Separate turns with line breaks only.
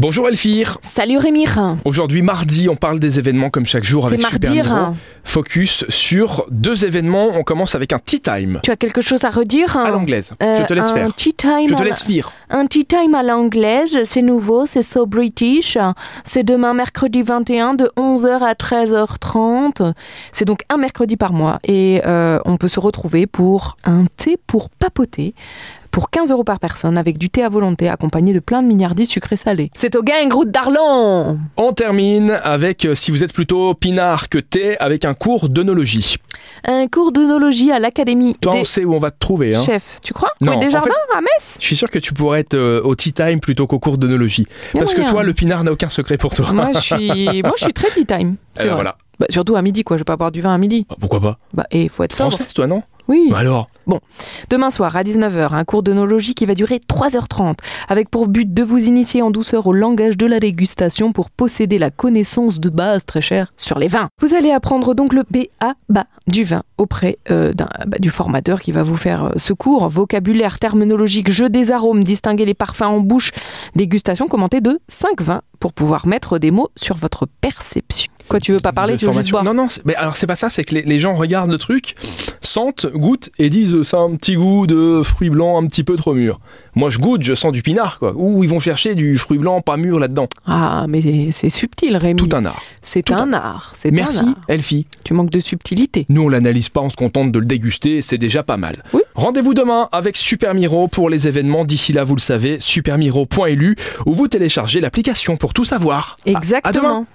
Bonjour Elfire.
Salut Rémi
Aujourd'hui mardi, on parle des événements comme chaque jour
C'est
avec Oh, Super
mardi. hein.
Miro. Focus sur deux événements. On commence avec un tea time
Tu as quelque chose à redire
à l'anglaise. Ah Je
Euh,
te laisse
un
faire.
Tea time
Je te
à la-
laisse faire.
Un tea time à l'anglaise, c'est nouveau, c'est so british. C'est demain mercredi 21 de 11h à 13h30. C'est donc un mercredi par mois et euh, on peut se retrouver pour un thé pour papoter pour 15 euros par personne avec du thé à volonté accompagné de plein de milliardis sucrés salés. C'est au Gangroute d'Arlon
On termine avec, euh, si vous êtes plutôt pinard que thé, avec un cours d'onologie.
Un cours d'onologie à l'Académie
Toi,
des
on sait où on va te trouver. Hein.
chefs. Tu crois
Non,
Oui, des
en
jardins à Metz
Je suis sûr que tu pourrais être euh, au tea time plutôt qu'au cours d'onologie.
Y a
Parce que
moyen.
toi, le pinard n'a aucun secret pour toi.
moi je suis moi je suis très tea time
Eh
c'est
ben
vrai.
voilà.
Bah, surtout à midi quoi je vais pas boire du vin à midi
Bah, Pourquoi pas
bah et faut être sobre
Française, toi, non
oui
Bah Alors,
demain soir à 19h un cours d'onologie qui va durer 3h30 avec pour but de vous initier en douceur au langage de la dégustation pour posséder la connaissance de base très chère sur les vins vous allez apprendre donc le BA BA du vin auprès euh, d'un- bah, du formateur qui va vous faire euh, ce cours vocabulaire terminologique jeu des arômes distinguer les parfums en bouche dégustation commentée de 5 vins pour pouvoir mettre des mots sur votre perception quoi tu veux pas parler
de
tu veux juste
formation.
boire
Non, non, c'est- mais alors c'est pas ça, c'est que les, les gens regardent le truc, sentent, goûtent et disent euh, ça a un petit goût de fruit blanc un petit peu trop mûr. Moi je goûte, je sens du pinard quoi. Ou ils vont chercher du fruit blanc pas mûr là-dedans.
Ah, mais c'est- c'est subtil, Rémi.
Tout un art.
C'est
tout
un art. C'est
Merci
un art.
Elfie.
Tu manques de subtilité.
Nous on l'analyse pas, on se contente de le déguster, c'est déjà pas mal.
Oui.
Rendez-vous demain avec Super Miro pour les événements. D'ici là, vous le savez, supermiro.lu où vous téléchargez l'application pour tout savoir. À- à demain.
Exactement.